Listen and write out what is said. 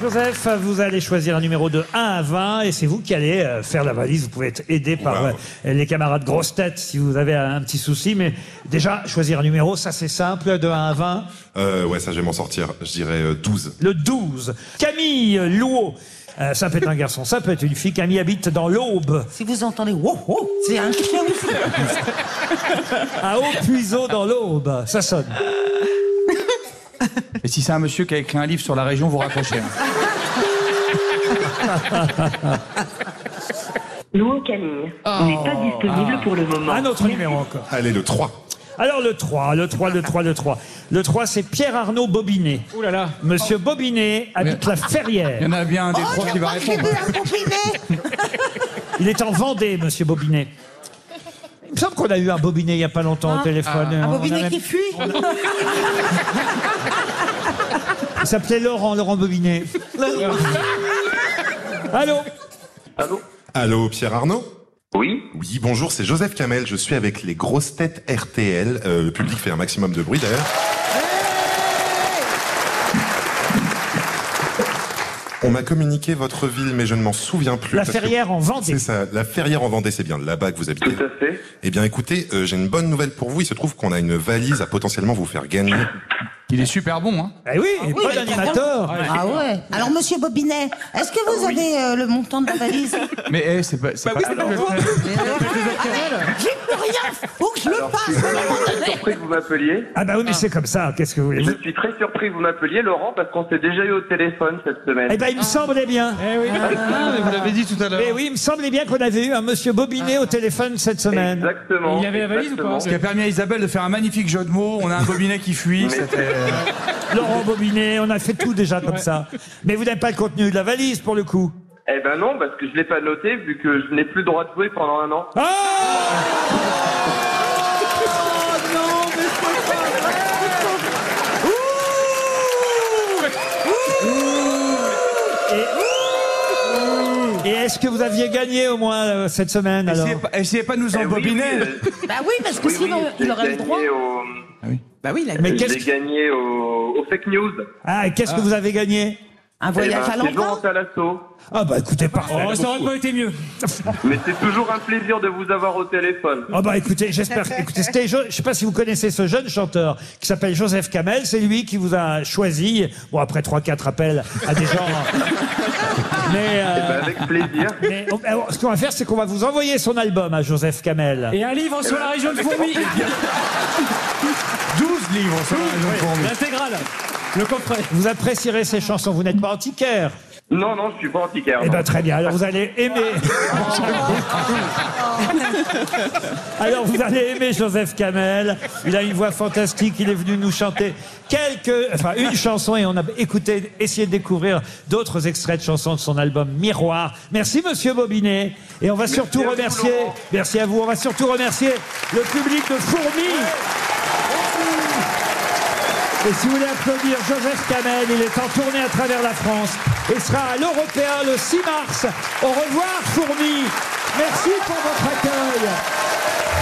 Joseph, vous allez choisir un numéro de 1 à 20 et c'est vous qui allez euh, faire la valise. Vous pouvez être aidé par Wow. euh, les camarades grosses têtes si vous avez un, un petit souci. Mais déjà, choisir un numéro, ça c'est simple, de 1 à 20. Euh, ouais, ça, je vais m'en sortir. Je dirais euh, 12. Le 12, Camille Louot. Euh, ça peut être un garçon, ça peut être une fille. Camille habite dans l'Aube, Si vous entendez wow, wow, c'est un chien ou c'est- à Haut-Puiseau dans l'Aube. Ça sonne. Et si c'est un monsieur qui a écrit un livre sur la région, vous raccrochez. hein. Louis Camille n'est pas disponible pour le moment. Un autre numéro encore. Allez, le 3. Alors le 3, le 3, le 3, le 3. Le 3, c'est Pierre-Arnaud Bobinet. Ouh là là. Monsieur Bobinet habite la Ferrière. Il y en a bien un des Oh, trois j'ai qui va pas répondre. de la comprimée. Il est en Vendée, monsieur Bobinet. Il me semble qu'on a eu un Bobinet il n'y a pas longtemps au téléphone. Ah. Un On a bobinet même- qui fuit Il s'appelait Laurent, Laurent Bobinet. Allô Allô Allô, Pierre Arnaud Oui Oui, bonjour, c'est Joseph Camel. Je suis avec les grosses têtes RTL. Euh, le public fait un maximum de bruit d'ailleurs. On m'a communiqué votre ville, mais je ne m'en souviens plus. La parce que- Ferrière en Vendée. C'est ça, la Ferrière en Vendée, c'est bien là-bas que vous habitez. Tout à fait. Eh bien, écoutez, euh, j'ai une bonne nouvelle pour vous. Il se trouve qu'on a une valise à potentiellement vous faire gagner. Il est super bon, hein. Eh oui, et pas d'animateur. Ah ouais. Alors, monsieur Bobinet, est-ce que vous avez euh, le montant de la valise Mais eh, c'est pas. C'est pas- J'ai plus rien Faut que je le passe Surpris que vous m'appeliez. Ah bah oui, mais c'est comme ça, qu'est-ce que vous voulez Je dire suis très surpris que vous m'appeliez, Laurent, parce qu'on s'est déjà eu au téléphone cette semaine. Eh ben, il me semblait bien. Eh oui. Ah, mais vous l'avez dit tout à l'heure. Eh oui, il me semblait bien qu'on avait eu un monsieur Bobinet au téléphone cette semaine. Exactement. Il avait la valise ou Ce qui a permis à Isabelle de faire un magnifique jeu de mots. On a un bobinet qui fuit. C'était. euh, Laurent Bobinet, on a fait tout déjà comme ça. Mais vous n'avez pas le contenu de la valise pour le coup. Eh ben non, parce que je l'ai pas noté, vu que je n'ai plus le droit de jouer pendant un an. Ah Et, et est-ce que vous aviez gagné au moins euh, cette semaine alors Essayez pas- Essayez pas de nous Eh oui, embobiner. euh, Bah oui, parce que oui, oui, sinon, je il l'ai aurait le droit. gagné au- Ah Bah oui, il a Mais Je qu'est-ce l'ai que, gagné au, au fake news. ah, et qu'est-ce que vous avez gagné Un Eh voyage ben, à c'est Londres Laurent à l'assaut. Ah bah écoutez, parfait. Oh, ça aurait pas été mieux. Mais c'est toujours un plaisir de vous avoir au téléphone. Ah bah écoutez, j'espère. Écoutez, c'était, je, je sais pas si vous connaissez ce jeune chanteur qui s'appelle Joseph Kamel. C'est lui qui vous a choisi. Bon après trois quatre appels à des gens. Mais, euh, Ben, avec plaisir. mais on- alors, ce qu'on va faire, c'est qu'on va vous envoyer son album à Joseph Kamel. Et un livre sur la région de Fourmi. 12 livres, ça va, nous, pour nous. L'intégrale. Le coffret. Ah, Vous apprécierez ses chansons. Vous n'êtes pas antiquaire. Non, non, je suis pas antiquaire. Ah Eh non. ben très bien. Alors vous allez aimer. Alors vous allez aimer Joseph Kamel. Il a une voix fantastique. Il est venu nous chanter quelques, enfin une chanson et on a écouté, essayé de découvrir d'autres extraits de chansons de son album Miroir. Merci Monsieur Bobinet. Et on va surtout à vous, remercier. Laurent. merci à vous. On va surtout remercier le public de Fourmi. Et si vous voulez applaudir Joseph Kamel, il est en tournée à travers la France et sera à l'Européen le 6 mars. Au revoir Fourmi. Merci pour votre accueil.